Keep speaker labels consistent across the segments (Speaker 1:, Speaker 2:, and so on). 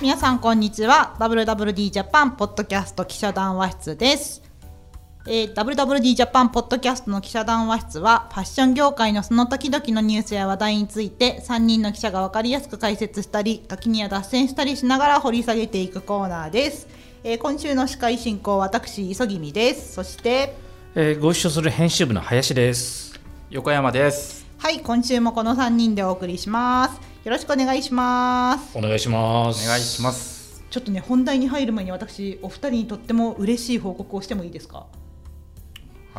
Speaker 1: 皆さんこんにちは WWD ジャパンポッドキャスト記者談話室です、えー WWD ジャパンポッドキャストの記者談話室はファッション業界のその時々のニュースや話題について3人の記者が分かりやすく解説したり時には脱線したりしながら掘り下げていくコーナーです、えー今週の司会進行は私磯君ですそして
Speaker 2: えーご一緒する編集部の林です。
Speaker 3: 横山です。
Speaker 1: はい今週もこの3人でお送りしますよろしくお願いします
Speaker 2: お願いします。。
Speaker 3: お願いしますす。
Speaker 1: ちょっとね本題に入る前に私お二人にとっても嬉しい報告をしてもいいですか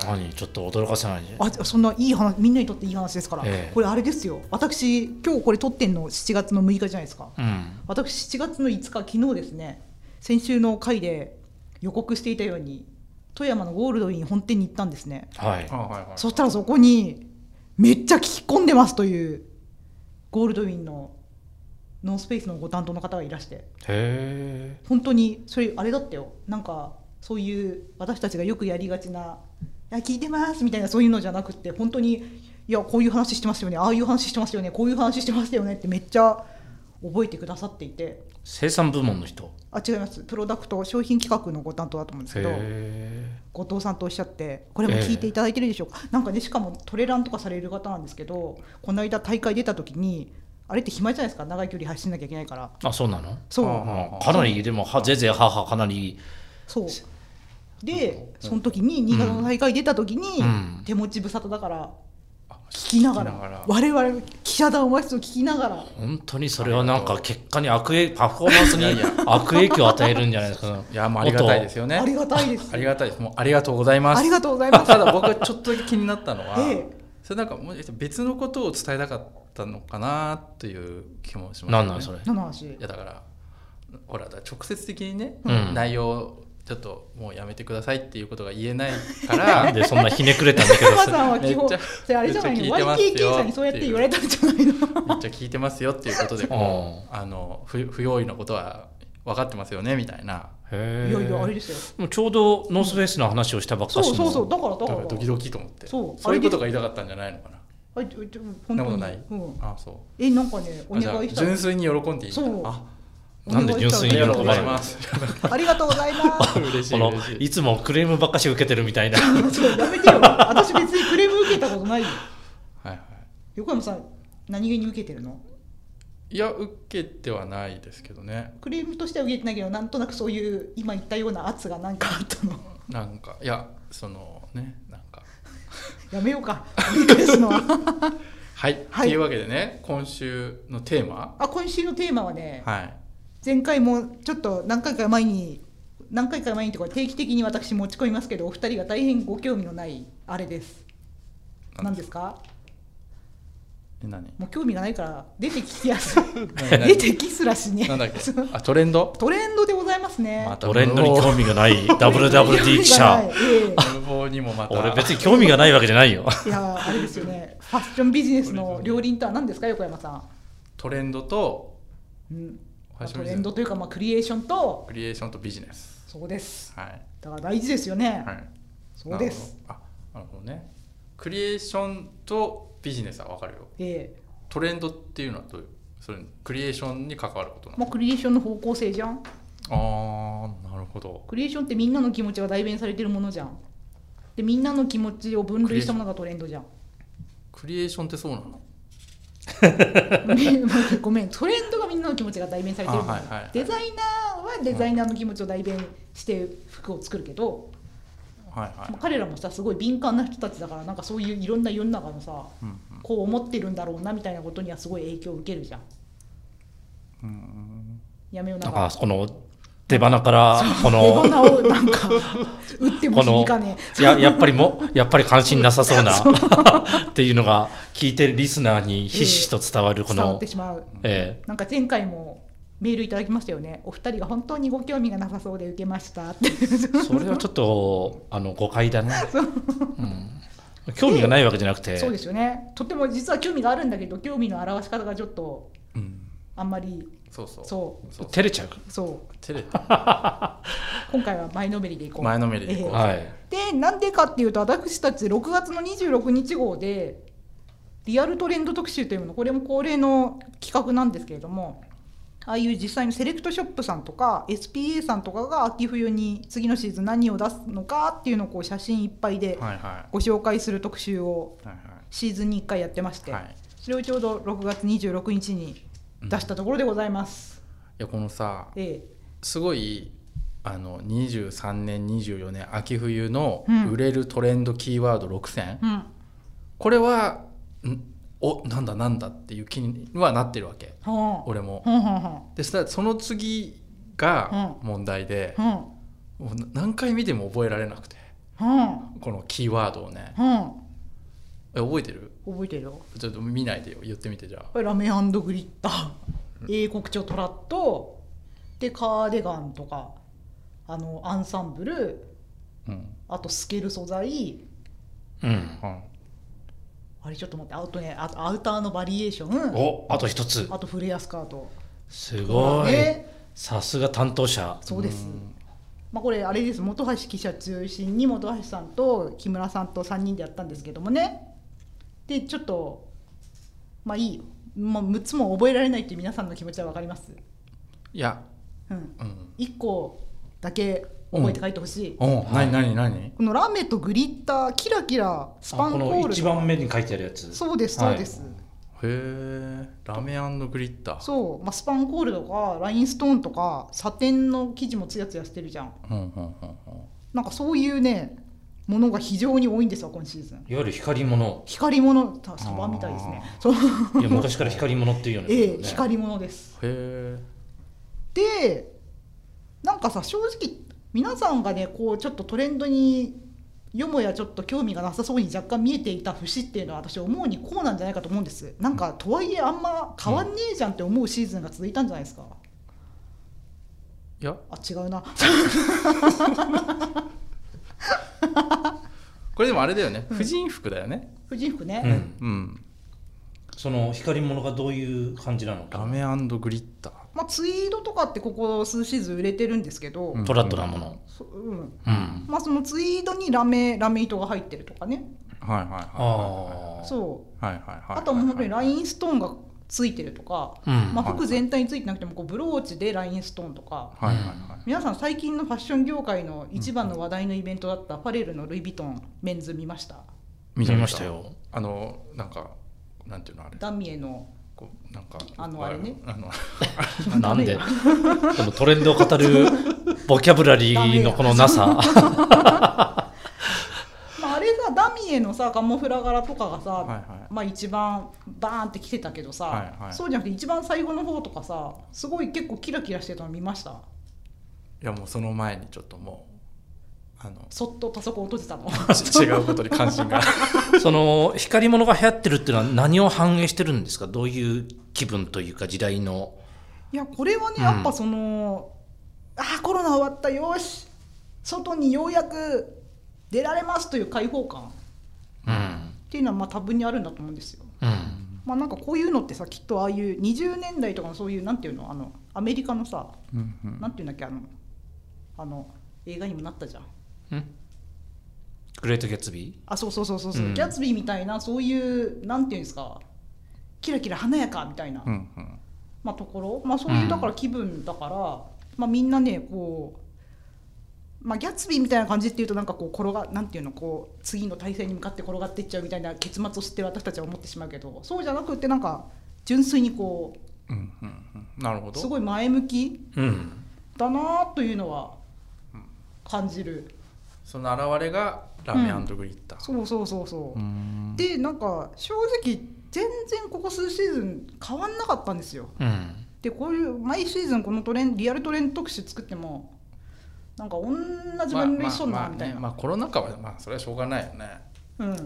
Speaker 2: 何ちょっと驚かせないで。
Speaker 1: あそんないい話みんなにとっていい話ですから、
Speaker 2: ええ
Speaker 1: これあれですよ私今日これ撮ってんの7月の6日じゃないですか
Speaker 2: うん。
Speaker 1: 私7月の5日昨日ですね先週の回で予告していたように富山のゴールドイン本店に行ったんですね
Speaker 2: はい。
Speaker 3: はいはい
Speaker 1: そしたらそこにめっちゃ聞き込んでますというゴールドウィンのノースペースのご担当の方がいらして
Speaker 2: へ
Speaker 1: 本当にそれあれだったよなんかそういう私たちがよくやりがちな「いや聞いてます」みたいなそういうのじゃなくって本当に「いやこういう話してますよねああいう話してますよねこういう話してますよね」ってめっちゃ覚えてくださっていて
Speaker 2: ー生産部門の人。
Speaker 1: あ違いますプロダクト商品企画のご担当だと思うんですけど
Speaker 2: へ
Speaker 1: 後藤さんとおっしゃってこれも聞いていただいてるでしょうか、なんかねしかもトレランとかされる方なんですけどこの間大会出た時にあれって暇じゃないですか長い距離走んなきゃいけないから
Speaker 2: ーあ、そうなの。
Speaker 1: そう
Speaker 3: ああ
Speaker 2: うんかなりでもはぜいぜいははかなり。
Speaker 1: そうでその時に新潟の大会出た時に、
Speaker 2: うん
Speaker 1: 手持ち無沙汰だから聞きながら我々記者団話室を聞きながら
Speaker 2: 本当にそれはなんか結果に悪影パフォーマンス に悪影響を与えるんじゃないですか。
Speaker 3: いや、もうありがたいです
Speaker 2: よ。
Speaker 3: よね。
Speaker 1: ありがたいです
Speaker 3: ありがたいです。もうありがとうございます。
Speaker 1: ありがとうございます、
Speaker 3: ただ僕はちょっとだけ気になったのは
Speaker 1: ええ
Speaker 3: それなんかもしかして別のことを伝えたかったのかなっていう気もします、ね。
Speaker 2: なんなんそれ。
Speaker 1: 何の話
Speaker 3: いやだから、ほら、だから直接的にね、
Speaker 2: うん
Speaker 3: 内容をちょっともうやめてくださいっていうことが言えないか
Speaker 2: なん
Speaker 3: ら、
Speaker 2: でそんなひねくれたんだ けど
Speaker 1: 山。さんは基本
Speaker 3: めっちゃ
Speaker 1: それあれじゃないの
Speaker 3: めっちゃ聞いてま
Speaker 1: YKK
Speaker 3: すよ
Speaker 1: さんにそうやって言われたんじゃないの
Speaker 3: めっちゃ聞いてますよっていうことで、こうあの不不用意なことは分かってますよねみたいな。
Speaker 2: へー
Speaker 1: いやいやあれですよ
Speaker 2: もうちょうどノースフェイスの話をしたばっか
Speaker 1: そう
Speaker 2: しの
Speaker 1: そうそうだから
Speaker 3: だ
Speaker 1: だ
Speaker 3: か
Speaker 1: からら
Speaker 3: ドキドキと思って
Speaker 1: そう
Speaker 3: いうことが言いたかったんじゃないのかな
Speaker 1: あちょちょ
Speaker 3: そ
Speaker 1: 本
Speaker 3: んなこ
Speaker 1: 当
Speaker 3: と
Speaker 1: に
Speaker 3: ない、
Speaker 1: うん
Speaker 3: あそ
Speaker 1: えなんかねお
Speaker 3: うあじゃ
Speaker 1: 願
Speaker 3: あ
Speaker 1: いしたの
Speaker 3: 純粋に喜んでいい
Speaker 1: そう
Speaker 3: あ
Speaker 2: なんで
Speaker 1: お願いしたの
Speaker 2: 純粋
Speaker 3: あ
Speaker 2: に
Speaker 3: り
Speaker 2: 喜
Speaker 3: がと
Speaker 2: ばれ
Speaker 3: うござ
Speaker 2: る
Speaker 3: います
Speaker 1: ありがとうございます
Speaker 3: 嬉しい
Speaker 2: この
Speaker 3: 嬉しい
Speaker 2: いつもクレームばっかし受けてるみたいな
Speaker 1: そうやめてよ私別にクレーム受けたことないよ
Speaker 3: はいは
Speaker 1: 横山さん何気に受けてるの
Speaker 3: いいや受けてはないですけどね
Speaker 1: クレームとしては受けてないけどなんとなくそういう今言ったような圧がなんかあったの
Speaker 3: なんかいやそのねなんか
Speaker 1: やめようか繰り返すのは
Speaker 3: はい、
Speaker 1: はい
Speaker 3: っていうわけでね今週のテーマ
Speaker 1: あ今週のテーマはね、
Speaker 3: はい
Speaker 1: 前回もちょっと何回か前に何回か前にとか定期的に私持ち込みますけどお二人が大変ご興味のないあれです何ですか
Speaker 3: え何
Speaker 1: もう興味がないから出てきやすい
Speaker 3: 何
Speaker 1: 出てきすらしね
Speaker 3: なんだっ け
Speaker 1: そう
Speaker 3: あトレ ンド
Speaker 1: トレンドでございますね、
Speaker 3: また
Speaker 2: トレンドに興味がない WWD 記者
Speaker 1: ええ
Speaker 3: 無謀にもまた
Speaker 2: 俺別に興味がないわけじゃないよ
Speaker 1: いやーあれですよねファッションビジネスの両輪とは何ですか横山さ
Speaker 3: トレンドと
Speaker 1: ん、うんま
Speaker 3: ファ
Speaker 1: あ
Speaker 3: ッショ
Speaker 1: ト
Speaker 3: ン
Speaker 1: レ
Speaker 3: ビジネス
Speaker 1: ンドというかまあクリエーションと
Speaker 3: クリエーションとビジネス
Speaker 1: そうです
Speaker 3: はい
Speaker 1: だから大事ですよね、
Speaker 3: はい
Speaker 1: そうです
Speaker 3: なるほどあなるほどねクリエーションとビジネスは分かるよ
Speaker 1: え
Speaker 3: トレンドっていうのはどういうそれクリエーションに関わること
Speaker 1: え
Speaker 3: な
Speaker 1: ま
Speaker 3: の
Speaker 1: あ、クリエーションの方向性じゃん
Speaker 3: あーなるほど
Speaker 1: クリエーションってみんなの気持ちが代弁されてるものじゃんでみんなの気持ちを分類したものがトレンド じゃん
Speaker 3: クリエーションってそうなの
Speaker 1: ごめんトレンドがみんなの気持ちが代弁されてるもの
Speaker 3: あはいはいはい
Speaker 1: デザイナーはデザイナーの気持ちを代弁して服を作るけど、
Speaker 3: はいはい
Speaker 1: まあ、彼らもさすごい敏感な人たちだからなんかそういういろんな世の中のさ
Speaker 3: うんうん
Speaker 1: こう思ってるんだろうなみたいなことにはすごい影響を受けるじゃん
Speaker 3: うん
Speaker 1: やめような
Speaker 2: なん
Speaker 1: んか
Speaker 2: かこの出花からこ
Speaker 1: 手
Speaker 2: の
Speaker 1: 花をなんか打っても
Speaker 2: この
Speaker 1: 響かねえ
Speaker 2: いややっぱりもやっぱり関心なさそうなっていうのが聞いてるリスナーにひしひしと伝わるこ
Speaker 1: 伝わっ
Speaker 2: の
Speaker 1: て、しまう
Speaker 2: え
Speaker 1: なんか前回もメールいただきましたよねお二人が本当にご興味がなさそうで受けましたって
Speaker 2: えそれはちょっとあの誤解 だね、うん興味がないわけじゃなくて
Speaker 1: そうですよねとても実は興味があるんだけど興味の表し方がちょっと
Speaker 3: うん
Speaker 1: あんまり
Speaker 3: そうそう
Speaker 1: そう
Speaker 3: そう
Speaker 2: 照れちゃう
Speaker 1: そう
Speaker 3: テレビ
Speaker 1: 今回は前のめりでいこう
Speaker 3: 前のめりでいこう
Speaker 2: はい
Speaker 1: でなんでかっていうと私たち6月の26日号でリアルトレンド特集というものこれも恒例の企画なんですけれどもああいう実際にセレクトショップさんとか SPA さんとかが秋冬に次のシーズン何を出すのかっていうのをこう写真いっぱいで
Speaker 3: はいは
Speaker 1: ご紹介する特集を
Speaker 3: いはい
Speaker 1: シーズンに1回やってまして、
Speaker 3: はいはい
Speaker 1: それをちょうど6月26日に出したところでございます。
Speaker 3: いやこのさ
Speaker 1: ええ
Speaker 3: すごいあの23年24年秋冬の
Speaker 1: うん
Speaker 3: 売れるトレンドキーワード6選、
Speaker 1: うん
Speaker 3: これはんおなんだなんだっていう気にはなってるわけ
Speaker 1: ほう
Speaker 3: 俺も。
Speaker 1: ほうほうほ
Speaker 3: でそしたらその次が問題で
Speaker 1: う、ほ
Speaker 3: もうな何回見ても覚えられなくて
Speaker 1: うほ
Speaker 3: このキーワードをね
Speaker 1: うほ
Speaker 3: え覚えてる
Speaker 1: う覚えてるよ。
Speaker 3: ちょっと見ないでよ言ってみてじゃあ
Speaker 1: ラメグリッター英国調トラットでカーデガンとかあのアンサンブル
Speaker 3: うん、
Speaker 1: あと透ける素材
Speaker 2: うん。
Speaker 3: うん
Speaker 1: あれちょっと待ってあとねあとアウターのバリエーション
Speaker 2: お、あと一つ。
Speaker 1: あとフレアスカート
Speaker 2: すごい
Speaker 1: ね。
Speaker 2: さすが担当者。
Speaker 1: そうです、まあ、これあれです本橋記者中心に本橋さんと木村さんと3人でやったんですけどもねでちょっとまあいいよ、まあ、6つも覚えられないっていう皆さんの気持ちは分かります、
Speaker 3: いや
Speaker 1: うん、
Speaker 3: うん
Speaker 1: 1個だけ覚えて書いてほしい、
Speaker 3: お
Speaker 2: はい
Speaker 3: 何何何
Speaker 1: このラメとグリッターキラキラスパ
Speaker 2: あ
Speaker 1: ン
Speaker 2: こ
Speaker 1: コ
Speaker 2: の
Speaker 1: ー
Speaker 2: 一
Speaker 1: ル
Speaker 2: 番目に書いてあるやつ。
Speaker 1: そうですそうです、
Speaker 3: へえラメグリッター
Speaker 1: そう、まあ、スパンコールとかラインストーンとかサテンの生地もツヤツヤしてるじゃん
Speaker 3: うんうんうんうん
Speaker 1: なんかそういうねものが非常に多いんですよ今シーズン
Speaker 2: いわゆる光り物。
Speaker 1: 光り物たサバみたいですねそう
Speaker 2: いや昔から光り物っていうよね。
Speaker 1: ええ
Speaker 2: これね
Speaker 1: 光り物です
Speaker 3: へえ
Speaker 1: でなんかさ正直皆さんがねこうちょっとトレンドによもやちょっと興味がなさそうに若干見えていた節っていうのは私思うにこうなんじゃないかと思うんですなんかとはいえあんま変わんねえじゃんって思うシーズンが続いたんじゃないですか、
Speaker 3: いや
Speaker 1: あ違うな
Speaker 3: これでもあれだよね
Speaker 1: うん
Speaker 3: 婦人服だよね
Speaker 1: 婦人服ね、
Speaker 2: うん。
Speaker 3: うん
Speaker 2: その光り物がどういう感じなの
Speaker 3: ラ
Speaker 2: か。
Speaker 3: メグリッター
Speaker 1: まあ、ツイードとかってここ数シーズン売れてるんですけど、
Speaker 3: うん
Speaker 2: トラットなもの。
Speaker 1: そうん
Speaker 2: うん。
Speaker 1: まあ、そのツイードにラメラメ糸が入ってるとかね、
Speaker 3: はいはい
Speaker 2: ああ。う。
Speaker 1: そう
Speaker 3: はいはいはいはい
Speaker 1: あとはもう本当にラ
Speaker 3: ン
Speaker 1: インストーンがついてるとか、
Speaker 2: うん。
Speaker 1: まあ、
Speaker 3: はい
Speaker 1: 服全体についてなくてもこうブローチでラインストーンとか
Speaker 3: はいはいはい
Speaker 1: 皆さん最近のファッション業界の一番の話題のイベントだったファレルのルイ・ヴィトンメンズ見ました
Speaker 2: 見ましたよ。
Speaker 3: あのなんかなんていうのあれ
Speaker 1: ダミエの
Speaker 3: こうなんか
Speaker 1: あのあれね
Speaker 3: あの
Speaker 2: なんで。 でもトレンドを語る ボキャブラリーのこのなさ。
Speaker 1: まあ、あれさダミエのさカモフラ柄とかがさ、
Speaker 3: はいは
Speaker 1: まあ、一番バーンってきてたけどさ、
Speaker 3: はいはい
Speaker 1: そうじゃなくて一番最後の方とかさすごい結構キラキラしてたの見ました
Speaker 3: いやもうその前にちょっともうあ の
Speaker 1: そっとパソコン落としてたの
Speaker 3: ち違うことに関心が
Speaker 2: その光り物が流行ってるっていうのは何を反映してるんですかどういう気分というか時代の
Speaker 1: いやこれはね
Speaker 2: うん
Speaker 1: やっぱその、ああコロナ終わったよし外にようやく出られますという開放感っ
Speaker 2: うん
Speaker 1: ていうのはまあ多分にあるんだと思うんですよ。
Speaker 2: うん
Speaker 1: まあ、なんかこういうのってさきっとああいう20年代とかのそういうなんていうのあのアメリカのさ
Speaker 3: うんうん
Speaker 1: なんていうんだっけあのあの映画にもなったじゃん
Speaker 2: グレート・ギャツビ
Speaker 1: あそうそうそうそうそう、
Speaker 2: うん
Speaker 1: ギャツビーみたいなそういうなんていうんですかキラキラ華やかみたいな、
Speaker 3: うんうん
Speaker 1: まあ、ところ、まあ、そういううんだから気分だから、まあ、みんなねこう、まあ、ギャツビーみたいな感じっていうとなんかこう転がなんていうのこう次の対戦に向かって転がっていっちゃうみたいな結末を知ってる私たちは思ってしまうけどそうじゃなくってなんか純粋にこ
Speaker 3: うんうんうんなるほ
Speaker 1: う
Speaker 3: ど
Speaker 1: すごい前向き
Speaker 2: ーうん
Speaker 1: だなというのは感じる
Speaker 3: その現れがラメグリッター
Speaker 1: そうそうそうそう
Speaker 3: うー、ん
Speaker 1: でなんか正直全然ここ数シーズン変わんなかったんですよ
Speaker 2: うん
Speaker 1: でこういう毎シーズンこのトレンリアルトレンド特集作ってもなんか同じ分類しとん
Speaker 3: まあまあ
Speaker 1: なみたい
Speaker 3: まあね
Speaker 1: な
Speaker 3: まあコロナ禍はまあそれはしょうがないよね
Speaker 1: うん
Speaker 3: うん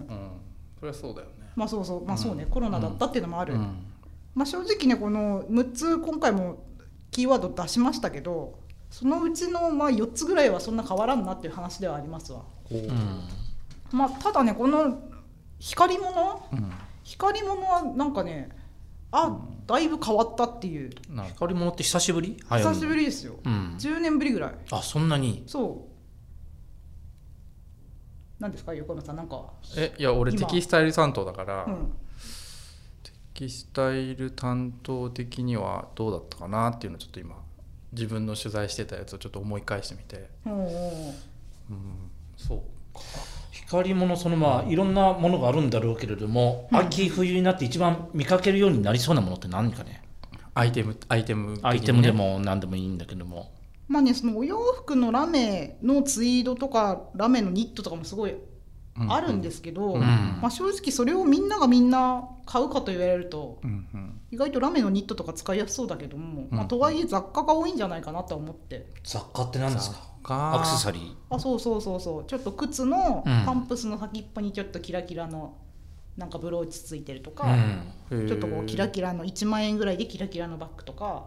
Speaker 3: それはそうだよね
Speaker 1: まあそうそうまあそうね、コロナだったっていうのもある、
Speaker 3: うん
Speaker 1: まあ正直ねこの6つ今回もキーワード出しましたけどそのうちのまあ4つぐらいはそんな変わらんなっていう話ではありますわ
Speaker 3: こう
Speaker 2: うん
Speaker 1: まあただねこの光り物
Speaker 3: うん
Speaker 1: 光り物はなんかねあだいぶ変わったっていう
Speaker 3: なんか
Speaker 2: 光り物って久しぶり
Speaker 1: 久しぶりですよ、
Speaker 2: うん
Speaker 1: 10年ぶりぐらい
Speaker 2: あそんなに
Speaker 1: そうなんですか横山さんなんか
Speaker 3: えいや俺
Speaker 1: 今
Speaker 3: テキスタイル担当だから、
Speaker 1: うん
Speaker 3: キスタイル担当的にはどうだったかなっていうのをちょっと今自分の取材してたやつをちょっと思い返してみて、
Speaker 1: おうおう
Speaker 3: うん、そう
Speaker 2: 光り物そのまあいろんなものがあるんだろうけれども、
Speaker 1: うん
Speaker 2: 秋冬になって一番見かけるようになりそうなものって何かね
Speaker 3: アイテムアイテム的にね、
Speaker 2: アイテムでも何でもいいんだけども、
Speaker 1: まあねそのお洋服のラメのツイードとかラメのニットとかもすごいあるんですすけど、
Speaker 3: うん
Speaker 1: まあ、正直それをみんながみんな買うかと言われると
Speaker 3: うんうん、
Speaker 1: 意外とラメのニットとか使いやすそうだけども、まあ、
Speaker 3: うん
Speaker 1: とはいえ雑貨が多いんじゃないかなとは思って
Speaker 2: 雑貨って何ですか
Speaker 3: か
Speaker 2: アクセサリー
Speaker 1: あそうそうそうそうちょっと靴の
Speaker 2: うん
Speaker 1: パンプスの先っぽにちょっとキラキラのなんかブローチついてるとか、
Speaker 2: うん
Speaker 3: へー
Speaker 1: ちょっとこうキラキラの1万円ぐらいでキラキラのバッグとか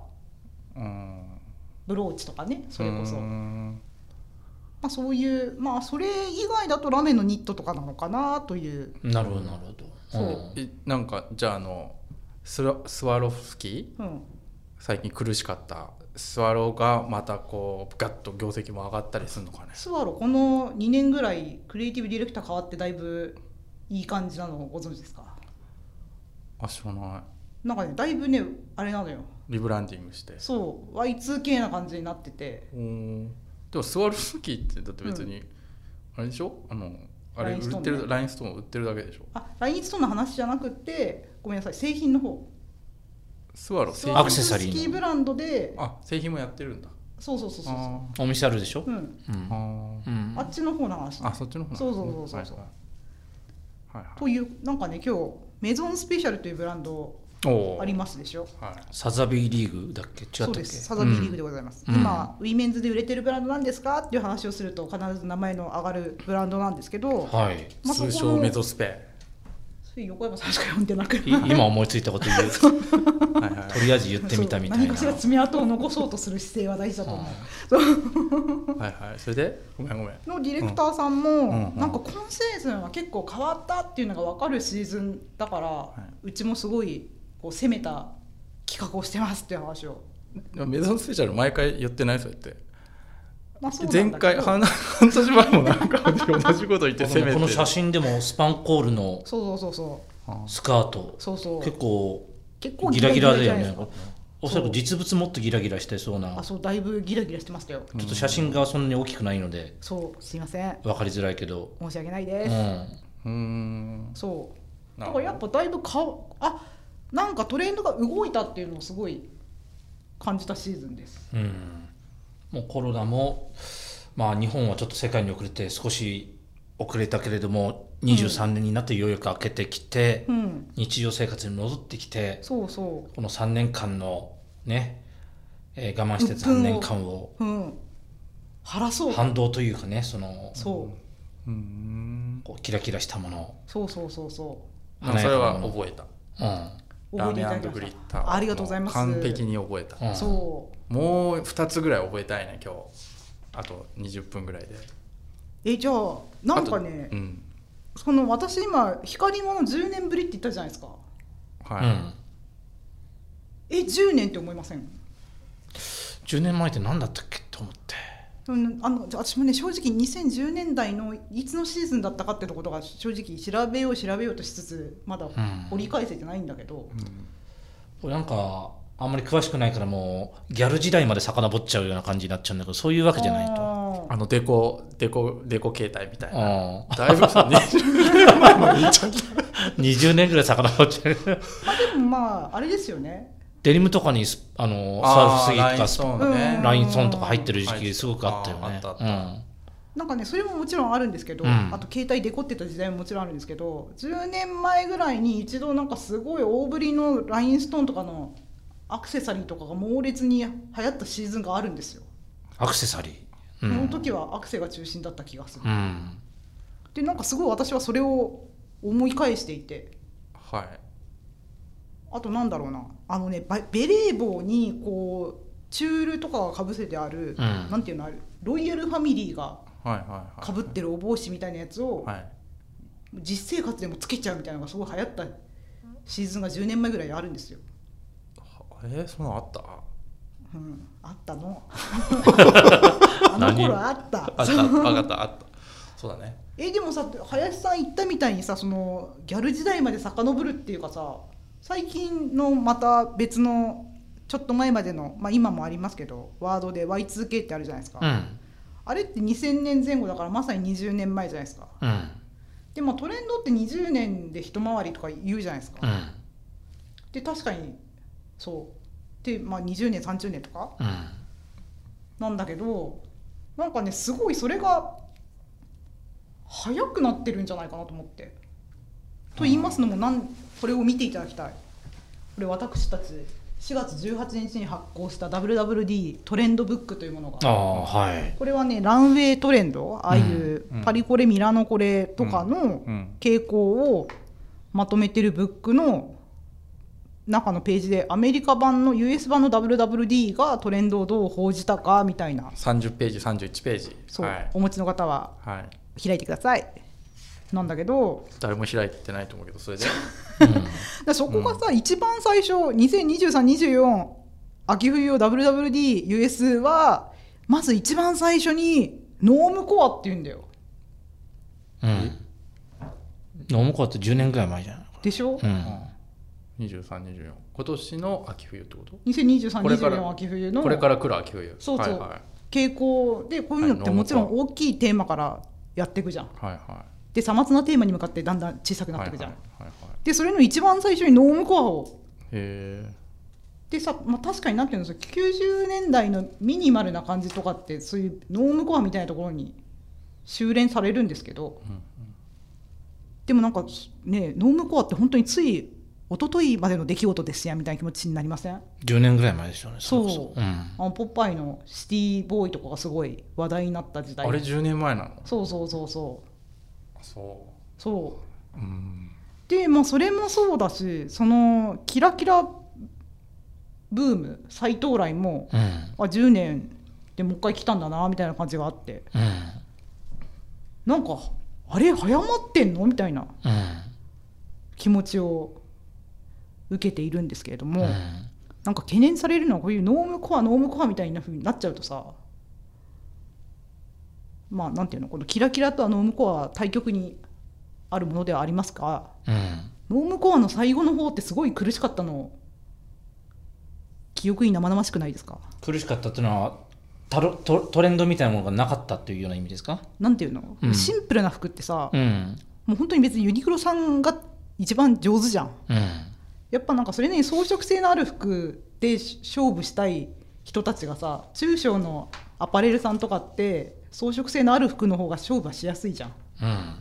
Speaker 3: うん
Speaker 1: ブローチとかねそれこそ、
Speaker 3: う
Speaker 1: ま
Speaker 3: ん
Speaker 1: あ、そういうまあそれ以外だとラメのニットとかなのかなという
Speaker 2: なるほどなるほど
Speaker 1: そうん
Speaker 3: えなんかじゃああのスワスワロフスキー
Speaker 1: うん
Speaker 3: 最近苦しかったスワローがまたこうガッと業績も上がったりするのかね
Speaker 1: スワロこの2年ぐらいクリエイティブディレクター変わってだいぶいい感じなのをご存知ですか
Speaker 3: あ知らない
Speaker 1: なんかねだいぶねあれなのよ
Speaker 3: リブランディングして
Speaker 1: そう Y2K な感じになってて
Speaker 3: おーでもスワロフスキーってだって別に、あれでしょあのあれ
Speaker 1: ラインストーン
Speaker 3: 売って
Speaker 1: ね
Speaker 3: るラインストーン売ってるだけでしょ
Speaker 1: あラインストーンの話じゃなくてごめんなさい製品の方
Speaker 3: スワロ製
Speaker 2: ア
Speaker 3: 品
Speaker 2: クセサリーの
Speaker 1: スキーブランドで
Speaker 3: あ製品もやってるんだ
Speaker 1: そうそうそうそうそ
Speaker 2: お店あるでしょ
Speaker 1: う、うん、
Speaker 2: うん
Speaker 3: あー
Speaker 2: うん
Speaker 1: あっちの方の話
Speaker 3: あそっちの方なん
Speaker 1: そうそうそうそうそう
Speaker 3: はいはい
Speaker 1: というなんかね今日メゾンスペシャルというブランド
Speaker 3: おー
Speaker 1: ありますでしょ
Speaker 3: はい
Speaker 2: サザビーリーグだっけ違ったっけ
Speaker 1: そうですサザビーリーグで
Speaker 2: うん
Speaker 1: ございます、
Speaker 2: うん
Speaker 1: 今ウィメンズで売れてるブランドなんですかっていう話をすると必ず名前の上がるブランドなんですけど、
Speaker 2: はい
Speaker 1: まあそこ
Speaker 3: 通
Speaker 1: の
Speaker 3: 称メゾスペ
Speaker 1: それ横山さんしか読んでなく
Speaker 2: い今思いついたこと言う
Speaker 3: はいはい
Speaker 2: とりあえず言ってみたみたい
Speaker 1: そう何
Speaker 2: な
Speaker 1: かしら爪痕を残そうとする姿勢は大事だと思う、
Speaker 3: はいはいそれでごめんごめん
Speaker 1: のディレクターさんも、
Speaker 3: んうん
Speaker 1: なんか今シーズンは結構変わったっていうのが分かるシーズンだから、うちもすごいこう攻めた企画をしてますっていう話を、
Speaker 3: でもメゾンスペシャル毎回言ってないそうやって
Speaker 1: まあ、そうな
Speaker 3: 前
Speaker 1: んだけ
Speaker 3: 回
Speaker 1: ど
Speaker 3: 半 半年前もなんか同じこと言って攻めて
Speaker 2: この写真でもスパンコールの
Speaker 1: そうそうそう
Speaker 3: あ
Speaker 2: スカート
Speaker 1: そうそうそう
Speaker 2: 結構
Speaker 1: 結構
Speaker 2: ギラギラだ
Speaker 1: じ
Speaker 2: よ
Speaker 1: ゃないで
Speaker 2: ね
Speaker 1: すか
Speaker 2: おそらく実物もっとギラギラしてそうな
Speaker 1: あそうだいぶギラギラしてましたよ
Speaker 2: ちょっと写真がそんなに大きくないので
Speaker 1: そうすいません
Speaker 2: 分かりづらいけど、
Speaker 1: 申し訳ないうです、
Speaker 2: ん、
Speaker 3: うーん
Speaker 1: そうだか
Speaker 3: なるほ
Speaker 1: ら
Speaker 3: ど
Speaker 1: やっぱだいぶかあなんかトレンドが動いたっていうのをすごい感じたシーズンです
Speaker 2: うん、もうコロナも、まあ、日本はちょっと世界に遅れて少し遅れたけれども23年になってようやく明けてきて、
Speaker 1: うん
Speaker 2: 日常生活に戻ってきて
Speaker 1: そうそ
Speaker 2: この3年間のね、えー我慢してた3年間を
Speaker 1: ううん晴らそう
Speaker 2: 反動というかねその
Speaker 1: そう
Speaker 3: うーん
Speaker 2: こうキラキラしたもの
Speaker 1: そうそうそうそ
Speaker 3: なんかそれ
Speaker 2: 華や
Speaker 3: は
Speaker 2: かなも
Speaker 3: 覚えた
Speaker 2: の、
Speaker 1: う
Speaker 3: ラー
Speaker 1: 覚えて
Speaker 3: メン
Speaker 1: いただき
Speaker 3: グリ
Speaker 1: ま
Speaker 3: ッ
Speaker 1: し
Speaker 3: ター
Speaker 1: ありがとうございます
Speaker 3: 完璧に覚えた
Speaker 2: うんうん、
Speaker 1: そう
Speaker 3: もう2つぐらい覚えたいね今日あと20分ぐらいで
Speaker 1: えじゃあなんかね
Speaker 3: あとうん
Speaker 1: その私今光り物10年ぶりって言ったじゃないですか
Speaker 3: はい、
Speaker 2: うん、
Speaker 1: え10年って思いません
Speaker 2: 10年前って何だったっけと思って
Speaker 1: うんあの私もね正直2010年代のいつのシーズンだったかってとことが正直調べよう調べようとしつつまだ
Speaker 2: ん
Speaker 1: 折り返せてないんだけど、
Speaker 2: これなんかあんまり詳しくないからもうギャル時代まで遡っちゃうような感じになっちゃうんだけどそういうわけじゃないと。
Speaker 1: と
Speaker 3: あのデコデコデコ携帯みたいな
Speaker 2: う
Speaker 3: だいぶさ
Speaker 2: ん、20年ぐらい遡っちゃう
Speaker 1: まあでもまああれですよね
Speaker 2: デニムとかにスあの
Speaker 3: あ
Speaker 2: サーフスギ
Speaker 3: ラ
Speaker 2: と
Speaker 3: イン
Speaker 2: か
Speaker 3: ス
Speaker 2: ス
Speaker 3: トーン
Speaker 2: パ
Speaker 3: が
Speaker 1: う
Speaker 3: ね
Speaker 1: ん
Speaker 2: ラインソンとか入ってる時
Speaker 3: 入っ
Speaker 2: 期
Speaker 3: て
Speaker 2: すごくあったよ
Speaker 3: ああ
Speaker 2: ね
Speaker 3: ったあっ
Speaker 1: なんかねそれももちろんあるんですけど、
Speaker 2: うん
Speaker 1: あと携帯デコってた時代ももちろんあるんですけど10年前ぐらいに一度なんかすごい大ぶりのラインストーンとかのアクセサリーとかが猛烈に流行ったシーズンがあるんですよ、
Speaker 2: うん、アクセサリー、う
Speaker 1: その
Speaker 2: ん
Speaker 1: 時はアクセが中心だった気がする、
Speaker 2: うん、
Speaker 1: でなんかすごい私はそれを思い返していて
Speaker 3: はい
Speaker 1: あとなんだろうなあのねバベレー帽にこうチュールとかがかぶせてある、
Speaker 2: ん
Speaker 1: なんていうのあるロイヤルファミリーが
Speaker 3: はいはいはい
Speaker 1: かぶってるお帽子みたいなやつを
Speaker 3: はい
Speaker 1: 実生活でもつけちゃうみたいなのがすごい流行ったシーズンが10年前ぐらいにあるんですよ、
Speaker 3: えー、そんなのあった
Speaker 1: うん、あったのあの
Speaker 2: 何
Speaker 1: 頃あった
Speaker 3: あった分かったあったそうだね
Speaker 1: えでもさ林さん言ったみたいにさそのギャル時代まで遡るっていうかさ最近のまた別のちょっと前までの、まあ、今もありますけどワードで Y2K ってあるじゃないですか、
Speaker 2: うん
Speaker 1: あれって2000年前後だからまさに20年前じゃないですか
Speaker 2: うん
Speaker 1: でもトレンドって20年で一回りとか言うじゃないですか、
Speaker 2: うん
Speaker 1: で確かにそうで、まあ、20年30年とか
Speaker 2: うん
Speaker 1: なんだけどなんかねすごいそれが早くなってるんじゃないかなと思って。と言いますのもなんこれを見ていただきたいこれ私たち4月18日に発行した WWD トレンドブックというもの
Speaker 2: あ
Speaker 1: が
Speaker 2: あはい
Speaker 1: これはねランウェイトレンドああいう
Speaker 3: うん
Speaker 1: パリコレミラノコレとかの
Speaker 3: うん
Speaker 1: 傾向をまとめてるブックの中のページでアメリカ版の US 版の WWD がトレンドをどう報じたかみたいな
Speaker 3: 30ページ31ページ
Speaker 1: そう、
Speaker 3: はい
Speaker 1: お持ちの方は
Speaker 3: はい、
Speaker 1: 開いてくださいなんだけど
Speaker 3: 誰も開いてないと思うけどそれで
Speaker 1: だそこがさ、一番最初202324秋冬用 WWDUS はまず一番最初にノームコアっていうんだよ
Speaker 2: うん飲む子って10年ぐらい前じゃない
Speaker 1: でしょ、
Speaker 2: うん
Speaker 3: 2324今年の秋冬ってことこれから
Speaker 1: 202324秋冬の
Speaker 3: これから来る秋冬
Speaker 1: そうそう
Speaker 3: はいはい
Speaker 1: 傾向でこういうのって
Speaker 3: はい
Speaker 1: もちろ
Speaker 3: ノ
Speaker 1: ん大きいテーマからやっていくじゃん
Speaker 3: はいは
Speaker 1: でさまつなテーマに向かってだんだん小さく
Speaker 3: い
Speaker 1: なっ
Speaker 3: は
Speaker 1: て
Speaker 3: い
Speaker 1: いくじゃん、
Speaker 3: はいはいはい
Speaker 1: でそれの一番最初にノームコアを
Speaker 3: へえ
Speaker 1: でさ、まあ、確かになんていうんですか90年代のミニマルな感じとかってそういうノームコアみたいなところに修練されるんですけど
Speaker 3: うん
Speaker 1: でもなんかねノームコアって本当につい一昨日までの出来事ですやんみたいな気持ちになりませんあ
Speaker 2: 10年ぐらい前でしょうねれこ
Speaker 1: そう
Speaker 2: うん
Speaker 1: のポッパイのシティボーイとかがすごい話題になった時代
Speaker 3: あれ10年前なの
Speaker 1: そうそうそうそう
Speaker 3: そ
Speaker 1: そう
Speaker 3: ううん
Speaker 1: でまあそれもそうだしそのキラキラブーム再到来も
Speaker 2: うん
Speaker 1: あ10年でもう一回来たんだなみたいな感じがあって
Speaker 2: うん
Speaker 1: なんかあれ早まってんのみたいな
Speaker 2: う
Speaker 1: 気持ちを受けているんですけれども、
Speaker 2: ん
Speaker 1: なんか懸念されるのはこういうノームコアノームコアみたいな風になっちゃうとさまあなんていうのこのキラキラとはノームコアは対極にあるものではありますが
Speaker 2: うん
Speaker 1: ノームコアの最後の方ってすごい苦しかったの記憶に生々しくないですか
Speaker 2: 苦しかったっていうのはタロトトレンドみたいなものがなかったっていうような意味ですか
Speaker 1: なんていうの、
Speaker 2: うん
Speaker 1: シンプルな服ってさ、
Speaker 2: うん
Speaker 1: もう本当に別にユニクロさんが一番上手じゃん
Speaker 2: うん
Speaker 1: やっぱなんかそれに装飾性のある服でし勝負したい人たちがさ中小のアパレルさんとかって装飾性のある服の方が勝負はしやすいじゃん
Speaker 2: うん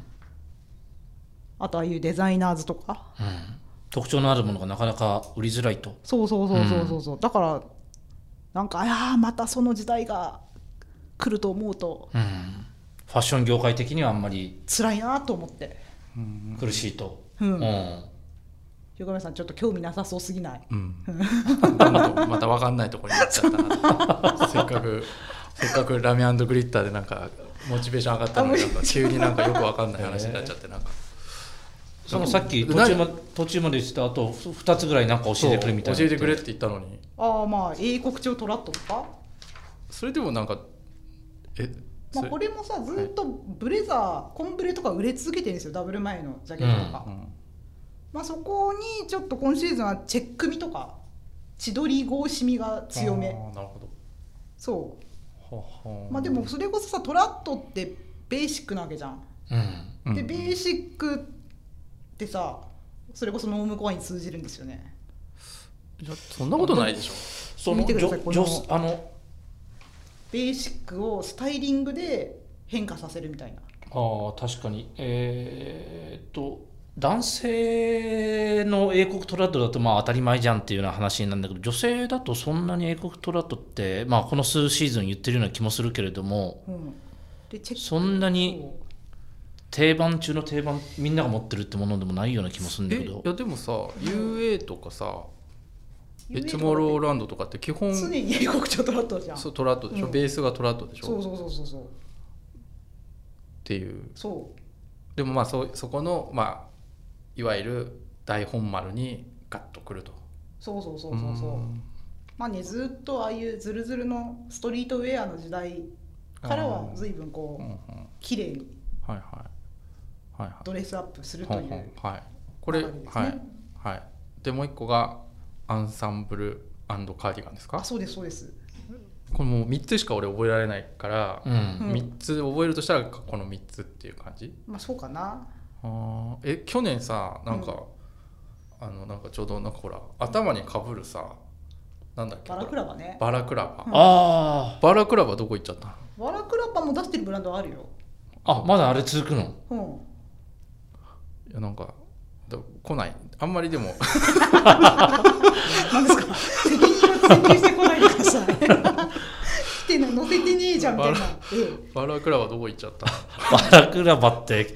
Speaker 1: あとああいうデザイナーズとか
Speaker 2: うん特徴のあるものがなかなか売りづらいと
Speaker 1: そうそうそうそうそうそう、だからなんかああまたその時代が来ると思うと
Speaker 2: うんファッション業界的にはあんまり
Speaker 1: 辛いなと思って
Speaker 3: うん
Speaker 2: 苦しいと
Speaker 1: うん
Speaker 2: うん
Speaker 1: 横山さんちょっと興味なさそうすぎない
Speaker 3: うん、どんどんまた分かんないところに行っちゃったなとせっ かくせっかくラメグリッターでなんかモチベーション上がったのになんか急になんかよく分かんない話になっちゃってなんか
Speaker 2: そのさっき
Speaker 3: う
Speaker 2: 途
Speaker 3: な
Speaker 2: 中ま途中まで言ってたあと2つぐらいなんか教えてくれみたいな
Speaker 3: そう教えてくれって言ったのに
Speaker 1: ああまあ英国調トラットとか、
Speaker 3: それでもなんかえ
Speaker 1: ま
Speaker 3: そ
Speaker 1: あ、
Speaker 3: れ
Speaker 1: これもさずーっとブレザー、コンブレとか売れ続けてるんですよダブル前のジャケットとか、
Speaker 3: うん
Speaker 1: まあ、そこにちょっと今シーズンはチェックみとか千鳥合しみが強
Speaker 3: あ
Speaker 1: め
Speaker 3: ーなるほど
Speaker 1: そ
Speaker 3: はは
Speaker 1: うまあでもそれこそさトラットってベーシックなわけじゃん、
Speaker 2: うん
Speaker 3: うん
Speaker 1: でベーシックってさそれこそノームコアに通じるんですよね
Speaker 3: いやそんなことないでしょ
Speaker 2: その
Speaker 1: 見てくださいこ
Speaker 2: 女
Speaker 1: の
Speaker 2: 女あの
Speaker 1: ベーシックをスタイリングで変化させるみたいな
Speaker 2: ああ確かにえーっと男性の英国トラッドだとまあ当たり前じゃんっていうような話なんだけど女性だとそんなに英国トラッドってまあこの数シーズン言ってるような気もするけれども
Speaker 1: うんでチェック
Speaker 2: そんなに
Speaker 1: そう
Speaker 2: 定番中の定番みんなが持ってるってものでもないような気もするんだ
Speaker 3: え
Speaker 2: け
Speaker 3: い
Speaker 2: ど
Speaker 3: やでもさ UA とかさ
Speaker 1: 有
Speaker 3: え
Speaker 1: 名と
Speaker 3: トゥ
Speaker 1: か
Speaker 3: モローランドとかって基本
Speaker 1: 常に英国調トラットじゃん
Speaker 3: そ
Speaker 1: そう
Speaker 3: うトラットでしょ、
Speaker 1: うん
Speaker 3: ベースがトラットでしょ
Speaker 1: そう
Speaker 3: っ
Speaker 1: そうそうそう
Speaker 3: ていう
Speaker 1: そう
Speaker 3: でもまあそそこのまあいわゆる大本丸にガッとくると
Speaker 1: そうそうそうそうそうまあねずっとああいうズルズルのストリートウェアの時代からは随分こ
Speaker 3: うんうん
Speaker 1: う
Speaker 3: うん
Speaker 1: 綺麗に
Speaker 3: はいはいはいはい
Speaker 1: ドレスアップすると
Speaker 3: ほ
Speaker 1: い
Speaker 3: んほ
Speaker 1: うん
Speaker 3: はいこれ、
Speaker 1: 流れですね
Speaker 3: はいはいでもう一個がアンサンブルカーディガンですか
Speaker 1: そうですそうです
Speaker 3: これもう3つしか俺覚えられないから、
Speaker 2: うん
Speaker 1: ん
Speaker 3: 三3つ覚えるとしたらこの3つっていう感じ
Speaker 1: まあそうかな
Speaker 3: あーえ去年さなんか、あのなんかちょうどなんかほら頭にかぶるさなんだっけ
Speaker 1: バラクラバね
Speaker 3: バラクラバ、
Speaker 2: あ
Speaker 3: バラクラバどこ行っちゃったの
Speaker 1: バラクラバも出してるブランドはあるよ
Speaker 2: ああまだあれ続くの
Speaker 1: うん
Speaker 3: いやなんかだ来ないあんまりで も
Speaker 1: なんですか責任を追求してこないでください 来てない乗せてねえじゃんみたいな
Speaker 3: ババラクラバどこ行っちゃったの
Speaker 2: バラクラバって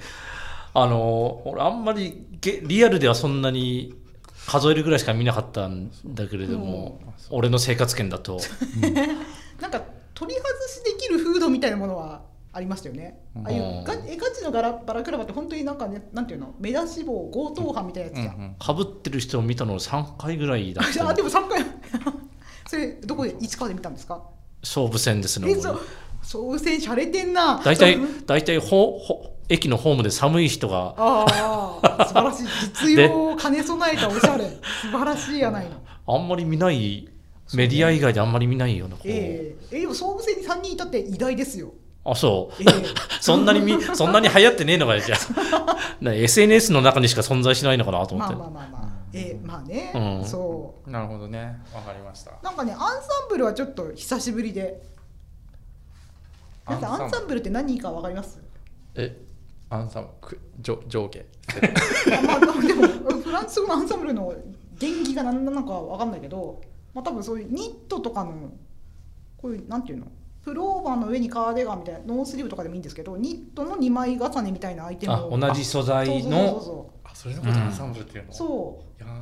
Speaker 2: あの俺あんまりげリアルではそんなに数えるぐらいしか見なかったんだけれども、俺の生活圏だと
Speaker 1: なんか取り外しできるフードみたいなものはありましたよね。ああい
Speaker 2: うん
Speaker 1: うガえガチのガラバラクラバって本当になんかねなんていうの目出し帽強盗犯みたいなやつじゃん。
Speaker 2: かぶってる人を見たの3回ぐらいだっ
Speaker 1: あ
Speaker 2: た
Speaker 1: でも三回それどこで市川で見たんですか。
Speaker 2: 勝負戦ですね
Speaker 1: えそう総選洒落てんな。
Speaker 2: 大体
Speaker 1: そう
Speaker 2: 大体ほほ駅のホームで寒い人が
Speaker 1: ああ素晴らしい実用を兼ね備えたおしゃれ素晴らしいやない の。
Speaker 2: あんまり見ないメディア以外であんまり見ないようなこう、
Speaker 1: えええでも総武線に三人いたって偉大ですよ。
Speaker 2: あそう、
Speaker 1: ええ
Speaker 2: そんなにみそんなに流行ってねえのかよじゃあ な SNS の中にしか存在しないのか なと思っ
Speaker 1: まあ
Speaker 2: て、
Speaker 1: まあまあまあええまあね、
Speaker 2: うん
Speaker 1: そう。
Speaker 3: なるほどねわかりました
Speaker 1: なんかねアンサンブルはちょっと久しぶりで皆さんアンサンブルって何か分かります
Speaker 3: えアンサンく上上下
Speaker 1: あまあでもフランス語のアンサンブルの原義が何なのかは分かんないけど、まあ、多分そういうニットとかのこういうなんていうのプローバーの上にカーディガンみたいなノースリーブとかでもいいんですけどニットの2枚重ねみたいなアイテム
Speaker 2: あ
Speaker 1: を
Speaker 2: 同じ素材
Speaker 1: そう
Speaker 2: の
Speaker 1: そ
Speaker 3: あそれのことアンサンブルっていうの、
Speaker 1: うそうそうそ
Speaker 3: い
Speaker 1: う
Speaker 3: や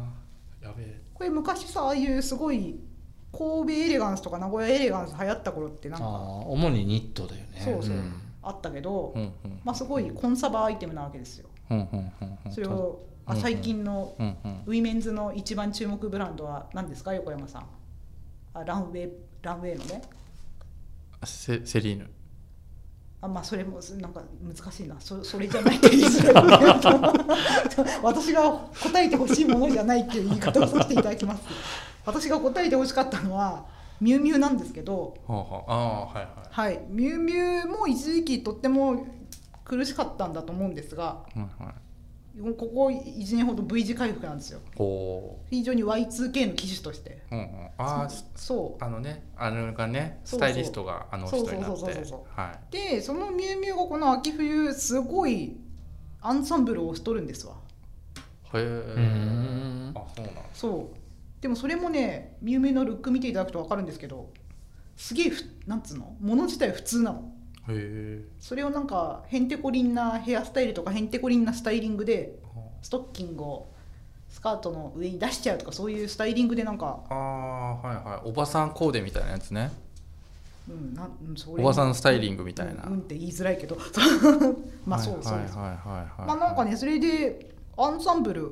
Speaker 3: ーやべえ
Speaker 1: これ昔さああいうすごい神戸エレガンスとか名古屋エレガンス流行った頃ってなん
Speaker 2: あ
Speaker 1: か
Speaker 2: ー主にニットだよね
Speaker 1: そうそう、
Speaker 2: ん
Speaker 1: あったけど、
Speaker 3: うんうん
Speaker 1: まあ、すごいコンサバアイテムなわけですよ
Speaker 3: うんうんうんうん
Speaker 1: それをあ
Speaker 3: うん
Speaker 1: 最近の
Speaker 3: うんうん
Speaker 1: ウィメンズの一番注目ブランドは何ですか横山さんあランウェイランウェイのね
Speaker 3: セセリーヌ
Speaker 1: あまあそれもすなんか難しいなそそれじゃないって言いづらい 私が答えてほしいものじゃないっていう言い方をさせていただきます私が答えてほしかったのはミュウミュウなんですけど
Speaker 3: はあはああーはいは
Speaker 1: はいミュウミュウも一時期とっても苦しかったんだと思うんですが
Speaker 3: いはいはい
Speaker 1: ここ1年ほど V 字回復なんですよ
Speaker 3: ほ
Speaker 1: 非常に Y2K の機種として
Speaker 3: ううんうんあー
Speaker 1: そう
Speaker 3: あのねあのがね
Speaker 1: そ
Speaker 3: ス
Speaker 1: うそう
Speaker 3: タイリストがあの人になっ
Speaker 1: そうそうそうそう
Speaker 3: て
Speaker 1: そう
Speaker 3: はい
Speaker 1: でそのミュウミュウがこの秋冬すごいアンサンブルをしとるんですわ
Speaker 3: へ
Speaker 2: うーん
Speaker 3: えあそうなんだ
Speaker 1: そうでもそれもねミュウミュウのルック見ていただくと分かるんですけどすげえふなんつうのもの自体普通なの
Speaker 3: へえ
Speaker 1: それをなんかへんてこりんなヘアスタイルとかへんてこりんなスタイリングでストッキングをスカートの上に出しちゃうとかそういうスタイリングでなんか、
Speaker 3: ああはいはいおばさんコーデみたいなやつね
Speaker 1: うん、なんうんそ
Speaker 3: おばさんスタイリン
Speaker 1: グ
Speaker 3: グみたいな、
Speaker 1: うん、うんって言いづらいけど まあそうそうそう、
Speaker 3: はいはいはいはい
Speaker 1: まあなんかねそれでアンサンブル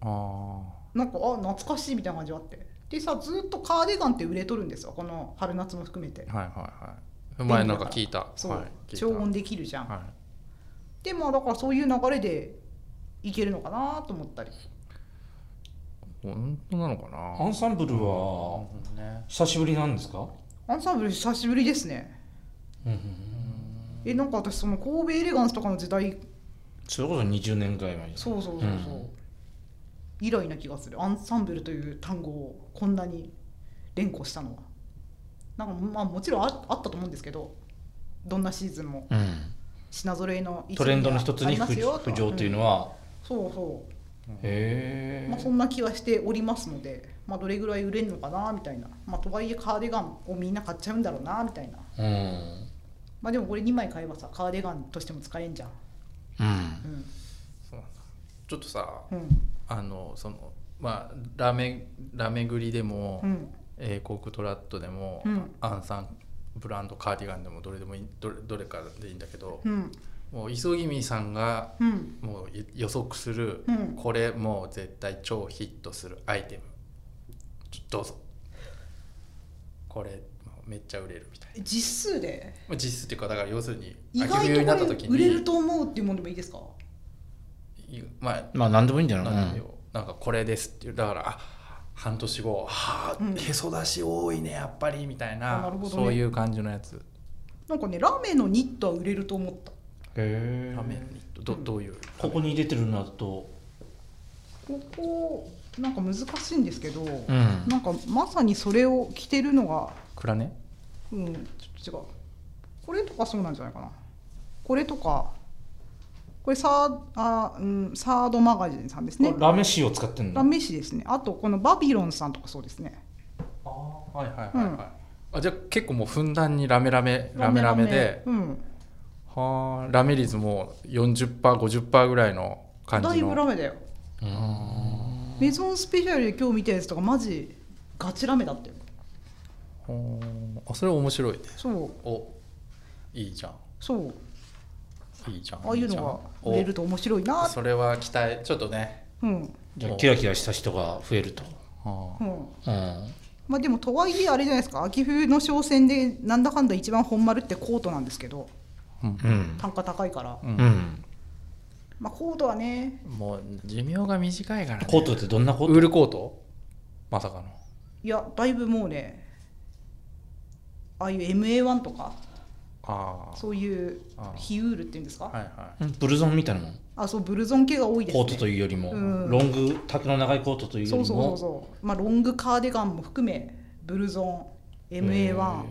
Speaker 3: ああ
Speaker 1: なんかあ懐かしいみたいな感じがあってでさずっとカーディガンって売れとるんですよこの春夏も含めて
Speaker 3: はいはいはい。前なんか聞いた。
Speaker 1: そう、
Speaker 3: はい、聞いた
Speaker 1: 調温できるじゃん、
Speaker 3: は
Speaker 1: でもだからそういう流れでいけるのかなと思ったり
Speaker 3: い。本当なのか
Speaker 2: ア
Speaker 3: な。
Speaker 2: ンサンブルは
Speaker 3: ね。
Speaker 2: 久しぶりなんですか、
Speaker 1: アンサンブル久しぶりですねえなんか私その神戸エレガンスとかの時代
Speaker 2: それこそ20年ぐらい前に
Speaker 1: そうそうそうそう、
Speaker 2: うん
Speaker 1: 以来な気がするアンサンブルという単語をこんなに連呼したのはなんかまあもちろんああったと思うんですけどどんなシーズンも
Speaker 2: うん
Speaker 1: 品揃えの
Speaker 2: トレンドの一つに
Speaker 1: ありますよ
Speaker 2: 浮上というの
Speaker 1: は、
Speaker 2: は、
Speaker 1: うんそうそう
Speaker 2: へ
Speaker 1: まあ、そんな気はしておりますので、まあ、どれぐらい売れるのかなみたいな、まあ、とはいえカーディガンをみんな買っちゃうんだろうなみたいな、
Speaker 2: えうん
Speaker 1: まあ、でもこれ2枚買えばさカーディガンとしても使えんじゃん、
Speaker 2: うん
Speaker 1: うん
Speaker 3: そうなんだちょっとさ、
Speaker 1: うん
Speaker 3: あのそのまあラメラメグリでも、
Speaker 1: うん、
Speaker 3: 英国トラットでも、
Speaker 1: うん
Speaker 3: アンサンブランドカーディガンでもどれでもいいどれどれかでいいんだけど、
Speaker 1: うん
Speaker 3: もう急ぎみさんが
Speaker 1: うん
Speaker 3: もうい予測する、
Speaker 1: うん
Speaker 3: これもう絶対超ヒットするアイテムちょどうぞこれもうめっちゃ売れるみたいな
Speaker 1: 実数で
Speaker 3: まあ実質っていうかだから要するに
Speaker 1: 意
Speaker 3: 秋冬になった
Speaker 1: 外と
Speaker 3: 時
Speaker 1: これ
Speaker 3: に
Speaker 1: 売れると思うっていうものでもいいですか
Speaker 3: いまあ
Speaker 2: まあ何でもいいんじゃない
Speaker 3: なんだよなんかこれですっていうだからあ半年後はあ、へそ出し多いねやっぱりみたいな
Speaker 1: あなるほどね
Speaker 3: そういう感じのやつ
Speaker 1: なんかねラメのニットは売れると思った
Speaker 2: へ
Speaker 3: ラメンにどどういう
Speaker 2: ここに出てるのだと、
Speaker 1: ここなんか難しいんですけど、
Speaker 2: ん
Speaker 1: なんかまさにそれを着てるのが
Speaker 3: クラネ
Speaker 1: うんちょっと違うこれとかそうなんじゃないかなこれとかこれサーあ、うん、サードマガジンさんですね
Speaker 2: ラメ紙を使ってるの
Speaker 1: ラメ誌ですねあとこのバビロンさんとかそうですね
Speaker 3: ああはいはいはい
Speaker 1: はい
Speaker 3: あじゃあ結構もうふんだんにラメラメラメラメで
Speaker 1: うん、
Speaker 3: はあラメ率も 40%50% ぐらいの感じの
Speaker 1: だいぶラメだよ
Speaker 2: うーん
Speaker 1: メゾンスペシャルで今日見たやつとかマジガチラメだったよ
Speaker 3: ほーあそれ面白いね
Speaker 1: そう
Speaker 3: おいいじゃ
Speaker 1: そうん
Speaker 3: いいじゃん
Speaker 1: ああいう
Speaker 3: じゃん
Speaker 1: のが売れると面白い
Speaker 3: お
Speaker 1: な
Speaker 3: それは期待ちょっとね
Speaker 1: うん
Speaker 2: じゃあキラキラした人が増えると、
Speaker 3: は
Speaker 1: う
Speaker 3: あ
Speaker 1: ん
Speaker 2: うん、
Speaker 1: まあでもとはいえあれじゃないですか秋冬の商戦でなんだかんだ一番本丸ってコートなんですけど
Speaker 3: うん
Speaker 2: うん
Speaker 1: 単価高いから、
Speaker 2: うん、
Speaker 1: まあコートはね
Speaker 3: もう寿命が短いからね
Speaker 2: コートってどんなコ
Speaker 3: ウー
Speaker 2: ート
Speaker 3: ルコートまさかの
Speaker 1: いやだいぶもうねああいう MA1 とか
Speaker 3: あ
Speaker 1: そういう
Speaker 3: あー
Speaker 1: 非ウールっていうんですか、
Speaker 3: あはいは
Speaker 2: うんブルゾンみたいなもん
Speaker 1: あそうブルゾン系が多いです
Speaker 2: コ
Speaker 1: ね
Speaker 2: ートというよりも、
Speaker 1: うん
Speaker 2: ロング丈の長いコートという
Speaker 1: そ
Speaker 2: よりも
Speaker 1: うそうそうそうまあロングカーディガンも含めブルゾン MA1 まあ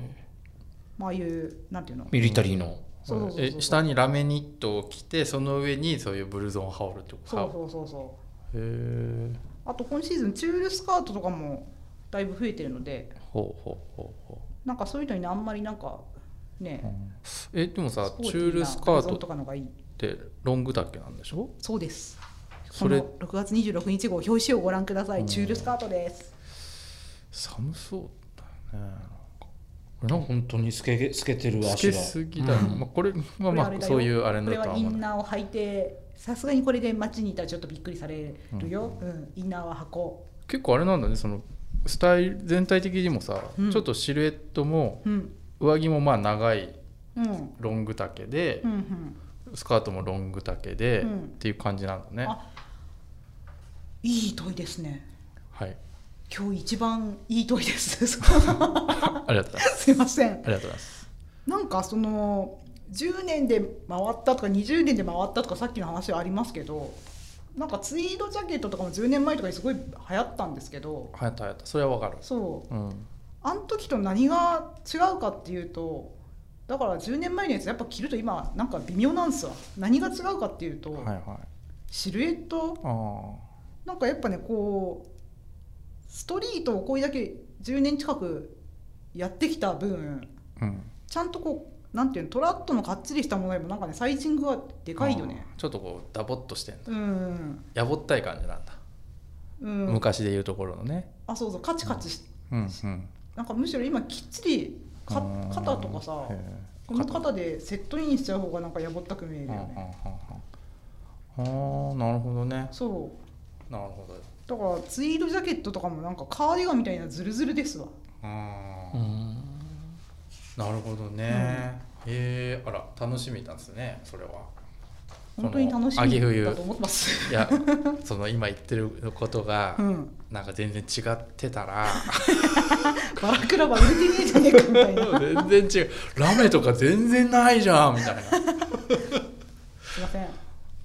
Speaker 1: ああいうなんていうの
Speaker 2: ミリタリーの
Speaker 1: そうそうそうそう
Speaker 3: え下にラメニットを着てその上にそういうブルゾンを羽織るってこと
Speaker 1: そうそうそうそう
Speaker 3: へえ
Speaker 1: あと今シーズンチュールスカートとかもだいぶ増えてるので
Speaker 3: ほうほうほうほ
Speaker 1: なんかそういうのにねあんまりなんか
Speaker 3: う、う
Speaker 1: ね
Speaker 3: んえでもさ
Speaker 1: スポテ
Speaker 3: チ
Speaker 1: ィーな
Speaker 3: ュールスカ
Speaker 1: ブゾ
Speaker 3: ー
Speaker 1: ンと
Speaker 3: トっ
Speaker 1: かのがいい
Speaker 3: てロング丈なんでしょ
Speaker 1: そうですこ
Speaker 3: そ
Speaker 1: の
Speaker 3: れ
Speaker 1: 6月26日号表紙をご覧くださいチュールスカートです
Speaker 3: 寒そうだよね
Speaker 2: なんか本当に透け透けてる
Speaker 3: 透
Speaker 2: 足
Speaker 3: け
Speaker 2: が
Speaker 3: すぎだよ、
Speaker 2: うん
Speaker 3: まあ、これはま
Speaker 1: これれ
Speaker 3: あ
Speaker 1: だよ
Speaker 3: そういうあれだ
Speaker 1: ことれ
Speaker 3: は
Speaker 1: はイ
Speaker 3: 思う
Speaker 1: ン
Speaker 3: ね
Speaker 1: ナーを履いてさすがにこれで街にいたらちょっとびっくりされるよ、うんインナーは箱
Speaker 3: 結構あれなんだねそのスタイル全体的にもさ、
Speaker 1: うん
Speaker 3: ちょっとシルエットも
Speaker 1: うん
Speaker 3: 上着もまあ長い
Speaker 1: うんうん
Speaker 3: ロング丈で
Speaker 1: う、ん
Speaker 3: スカートもロング丈で、
Speaker 1: うん
Speaker 3: っていう感じなんだね
Speaker 1: あいい問いですね
Speaker 3: はい
Speaker 1: 今日一番いい問いです す
Speaker 3: ありがとうございます
Speaker 1: いません
Speaker 3: ありがとうございます
Speaker 1: なんかその10年で回ったとか20年で回ったとかさっきの話はありますけどなんかツイードジャケットとかも10年前とかにすごい流行ったんですけど
Speaker 3: はやったはやったそれはわかる
Speaker 1: そう
Speaker 3: うん
Speaker 1: あの時と何が違うかっていうとだから10年前のやつやっぱ着ると今なんか微妙なんですわ何が違うかっていうと、
Speaker 3: はいはい
Speaker 1: シルエット
Speaker 3: ああ
Speaker 1: なんかやっぱねこうストリートをこれだけ10年近くやってきた分
Speaker 3: うん
Speaker 1: ちゃんとこうなんていうのトラットのがっちりしたものよりもなんかねサイジングがでかいよね
Speaker 3: あーちょっとこうダボっとしてんだ
Speaker 1: うん
Speaker 3: やぼったい感じなんだ、
Speaker 1: うん
Speaker 3: 昔で言うところのね
Speaker 1: あそうそうカチカチし
Speaker 3: うんうん
Speaker 1: なんかむしろ今きっちりか
Speaker 3: うん
Speaker 1: 肩とかさ
Speaker 3: へえ
Speaker 1: この肩でセットインしちゃう方がなんかやぼったく見えるよね
Speaker 3: うんうんうんうんあーなるほどね
Speaker 1: そう
Speaker 3: なるほど
Speaker 1: だからツイードジャケットとかもなんかカーディガンみたいなズルズルですわ
Speaker 3: あ
Speaker 2: う
Speaker 3: ー
Speaker 2: ん
Speaker 3: なるほどね、へえあら楽しみなんですねそれは
Speaker 1: 本当に楽し
Speaker 3: この秋
Speaker 1: み
Speaker 3: 冬
Speaker 1: だと思ってます
Speaker 3: いやその今言ってることが、
Speaker 1: うん
Speaker 3: なんか全然違ってたら
Speaker 1: バラクラバ売れてねえじゃねえかみたい な
Speaker 3: 全然違うラメとか全然ないじゃんみ たいな
Speaker 1: すいません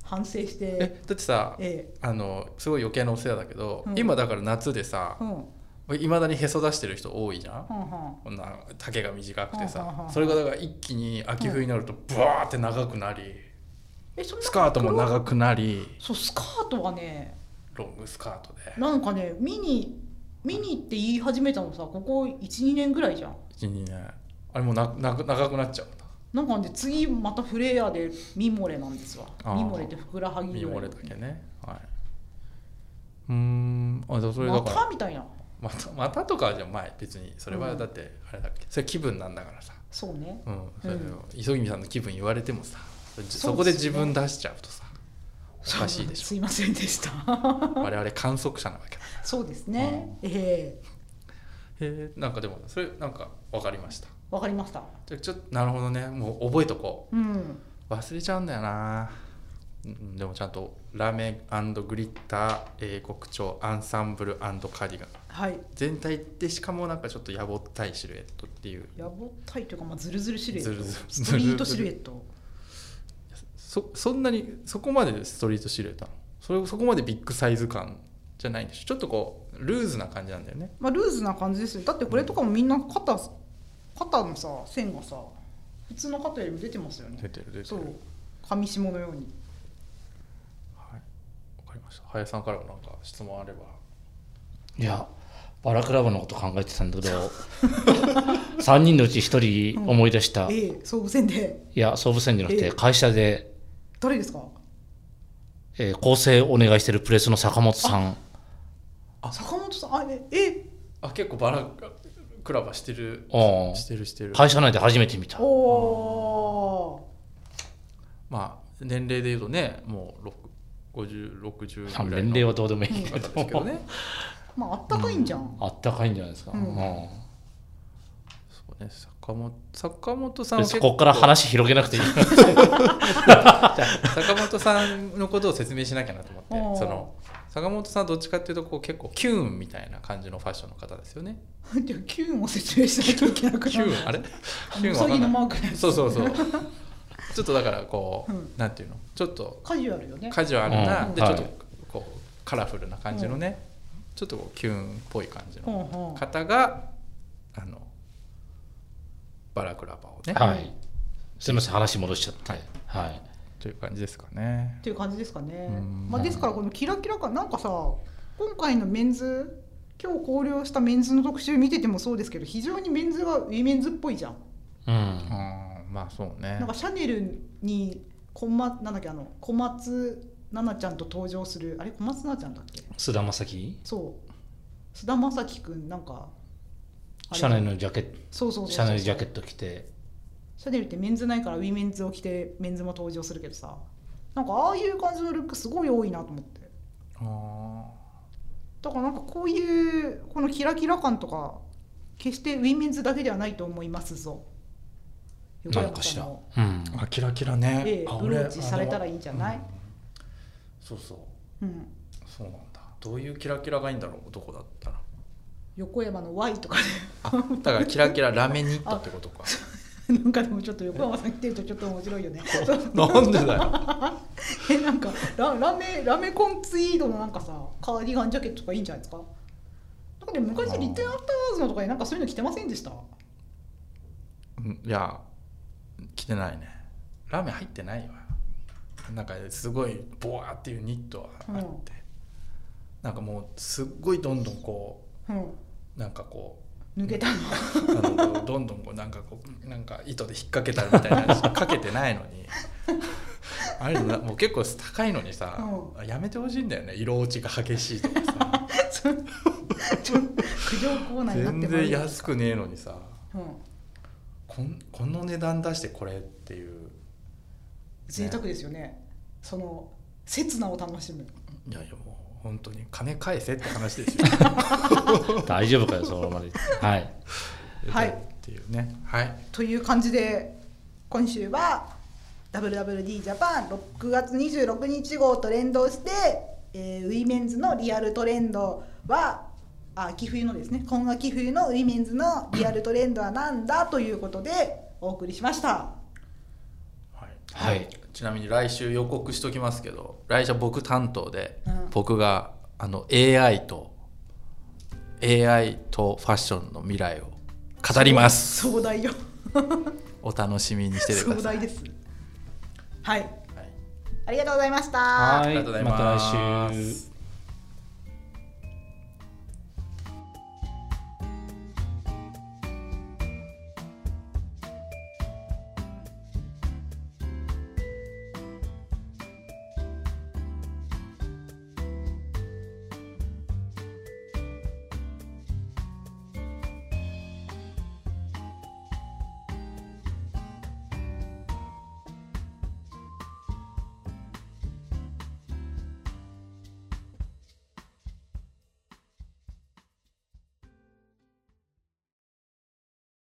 Speaker 1: 反省して
Speaker 3: えだってさ
Speaker 1: え
Speaker 3: あのすごい余計なお世話だけど、
Speaker 1: うん
Speaker 3: 今だから夏でさ
Speaker 1: えうんは
Speaker 3: いまだにへそ出してる人多いじゃん、
Speaker 1: んは
Speaker 3: こんな丈が短くて
Speaker 1: はあはあは
Speaker 3: さ
Speaker 1: あ
Speaker 3: それがだから一気に秋冬になるとブワーって長くなり
Speaker 1: んえそんな
Speaker 3: スカートも長くなり
Speaker 1: そうスカートはね
Speaker 3: ロングスカートで
Speaker 1: なんかね見に見に行って言い始めたのさここ12年ぐらいじゃん
Speaker 3: 12年あれもうなな長くなっちゃうんだ
Speaker 1: なんかね次またフレアでミモレなんですわ
Speaker 3: あー
Speaker 1: ミモレってふくらはぎ
Speaker 3: 見
Speaker 1: の
Speaker 3: 漏れだけねはいうーんあじゃあそれだ
Speaker 1: ま
Speaker 3: から
Speaker 1: たみたいな
Speaker 3: またまたとかはじゃ前別にそれはだってあれだっけ、それ気分なんだからさ、
Speaker 1: そうね
Speaker 3: うんそれを磯君さんの気分言われてもさそそこで自分出しちゃうとさおかしいでし
Speaker 1: すいませんでした
Speaker 3: ょ我々観測者なわけだ
Speaker 1: そうですね、ええ
Speaker 3: へえんかでもそれなんか分かりました
Speaker 1: わかりました
Speaker 3: じゃあちょっとなるほどねもう覚えとこ
Speaker 1: うん
Speaker 3: う忘れちゃうんだよなうんでもちゃんとラメングリッター英国調アンサンブルカーディガン
Speaker 1: はい
Speaker 3: 全体ってしかもなんかちょっとやぼったいシルエットっていう
Speaker 1: やぼったいというか、まあ、ずるずるシルエット
Speaker 3: ずるずる
Speaker 1: ストリートシルエット
Speaker 3: そそんなにそこまでストリートシルエットなのそれそこまでビッグサイズ感じゃないんでしょちょっとこうルーズな感じなんだよね
Speaker 1: まあルーズな感じですよだってこれとかもみんな肩肩のさ線がさ普通の肩よりも出てますよね
Speaker 3: 出てる出てる
Speaker 1: そう上下のように
Speaker 3: はいわかりました林さんからもなんか質問あれば
Speaker 2: いやバラクラブのこと考えてたんだけど 3人のうち1人思い出した、い
Speaker 1: ええ総武線で
Speaker 2: や総武線じゃなく
Speaker 1: え
Speaker 2: て
Speaker 1: え
Speaker 2: 会社で、
Speaker 1: 誰ですか
Speaker 2: えー構成お願いしてるプレスの坂本さん
Speaker 1: 坂本さんあええ
Speaker 3: あ結構バラクラバしてる
Speaker 2: おう
Speaker 3: してるしてる
Speaker 2: 会社内で初めて見た
Speaker 1: おお
Speaker 3: まあ年齢でいうとねもう5060ぐらいの
Speaker 2: 年齢はどうでもいいけど,、
Speaker 3: 方ですけどね
Speaker 1: まああったかいんじゃん、
Speaker 2: あったかいんじゃないですか、
Speaker 1: うん
Speaker 2: うん
Speaker 3: そうね坂本坂本さんは
Speaker 2: 別
Speaker 3: 結
Speaker 2: に
Speaker 3: 構
Speaker 2: ここから話広げなくていい
Speaker 3: 坂本さんのことを説明しなきゃなと思って
Speaker 1: おー
Speaker 3: その坂本さんどっちかっていうとこう結構キューンみたいな感じのファッションの方ですよね
Speaker 1: じゃあキューンを 説明しなきゃいけなく
Speaker 3: キ
Speaker 1: な
Speaker 3: ュ
Speaker 1: る
Speaker 3: ーンあれ
Speaker 1: あ
Speaker 3: キ
Speaker 1: のウ
Speaker 3: ューンわ
Speaker 1: サ
Speaker 3: か
Speaker 1: ギ
Speaker 3: んな
Speaker 1: の
Speaker 3: い
Speaker 1: マークのやつ
Speaker 3: そうそうそうちょっとだからこう、
Speaker 1: うん
Speaker 3: なんていうのちょっと
Speaker 1: カジュアルよね
Speaker 3: カジュアルな、
Speaker 2: うん
Speaker 3: でち
Speaker 2: は
Speaker 3: ょ
Speaker 2: い
Speaker 3: っとこうカラフルな感じのね、ちょっとこうキューンっぽい感じ
Speaker 1: ほ
Speaker 3: の
Speaker 1: んほん
Speaker 3: 方があのバラクラバをね、
Speaker 2: はいすみません話戻しちゃってはい、
Speaker 3: という感じですかね
Speaker 1: っていう感じですかね
Speaker 3: うん。
Speaker 1: まあ、ですからこのキラキラ感なんかさ今回のメンズ今日考慮したメンズの特集見ててもそうですけど非常にメンズはウィメンズっぽいじゃん。
Speaker 2: うん
Speaker 3: うんまあそうね
Speaker 1: なんかシャネルに小松なんだっけあの小松菜奈ちゃんと登場するあれ小松菜奈ちゃんだっけ
Speaker 2: 菅田将暉
Speaker 1: そう菅田将暉くんなんかあれ
Speaker 2: シャネルのジャケット
Speaker 1: そうそうそうそう
Speaker 2: シャネルジャケット着て
Speaker 1: シャネルってメンズないからウィメンズを着てメンズも登場するけどさなんかああいう感じのルックすごい多いなと思って。
Speaker 3: あ
Speaker 1: だからなんかこういうこのキラキラ感とか決してウィメンズだけではないと思いますぞ。
Speaker 2: なんかしら、
Speaker 1: 横
Speaker 2: うん、
Speaker 3: ーあキラキラね、
Speaker 1: ええ
Speaker 3: あ
Speaker 1: ブローチ
Speaker 3: 俺
Speaker 1: されたらいいんじゃない
Speaker 3: あのそうそう
Speaker 1: 山さんの、うん、
Speaker 3: そうなんだどういうキラキラがいいんだろう男だった ら
Speaker 1: 横山の Y とか
Speaker 3: あだからキラキララメニットってことか
Speaker 1: で なんかでもちょっと横山さん来てるとちょっと面白 いよね。
Speaker 3: なんでだよ
Speaker 1: えなんかララメラメコンツイードのなんかさカーディガンジャケットとかいいんじゃないですかなんかでも昔リテンアフターワーズのとかになんかそういうの着てませんでした
Speaker 3: うんいや着てないねラーメン入ってないわなんかすごいボワーっていうニットはあって、
Speaker 1: うん
Speaker 3: なんかもうすっごいどんどんこ
Speaker 1: うん
Speaker 3: うなんかこう
Speaker 1: 抜けたの
Speaker 3: なんだろうどんどんこうなんかこうなんか糸で引っ掛けたみたいなのかけてないのにあれなもう結構高いのにさ、やめてほしいんだよね色落ちが激しいとかさ
Speaker 1: ちょっと苦情コーナーになって
Speaker 3: 全
Speaker 1: ま
Speaker 3: 然
Speaker 1: いりま
Speaker 3: 安くねえのにさ
Speaker 1: すうん
Speaker 3: こんこの値段出してこれっていう
Speaker 1: 贅沢ですよねその刹那を楽しむ
Speaker 3: いやいやもう本当に金返せって話です よ
Speaker 2: 大丈夫かよそのままではい
Speaker 1: はい
Speaker 3: っていうねはい
Speaker 1: という感じで今週は WWD ジャパン6月26日号と連動して、えーウィメンズのリアルトレンドはあ秋冬のですね今秋冬のウィメンズのリアルトレンドはなんだということでお送りしました
Speaker 3: はい
Speaker 2: はい
Speaker 3: ちなみに来週予告しときますけど来週は僕担当で、
Speaker 1: うん
Speaker 3: 僕があの AI と AI とファッションの未来を語ります
Speaker 1: 壮大よ
Speaker 3: お楽しみにしててく
Speaker 1: 壮
Speaker 3: ださい
Speaker 1: 大ですはい
Speaker 3: はい
Speaker 1: ありがとうございました
Speaker 2: は
Speaker 3: ありがとうございます
Speaker 2: また来週。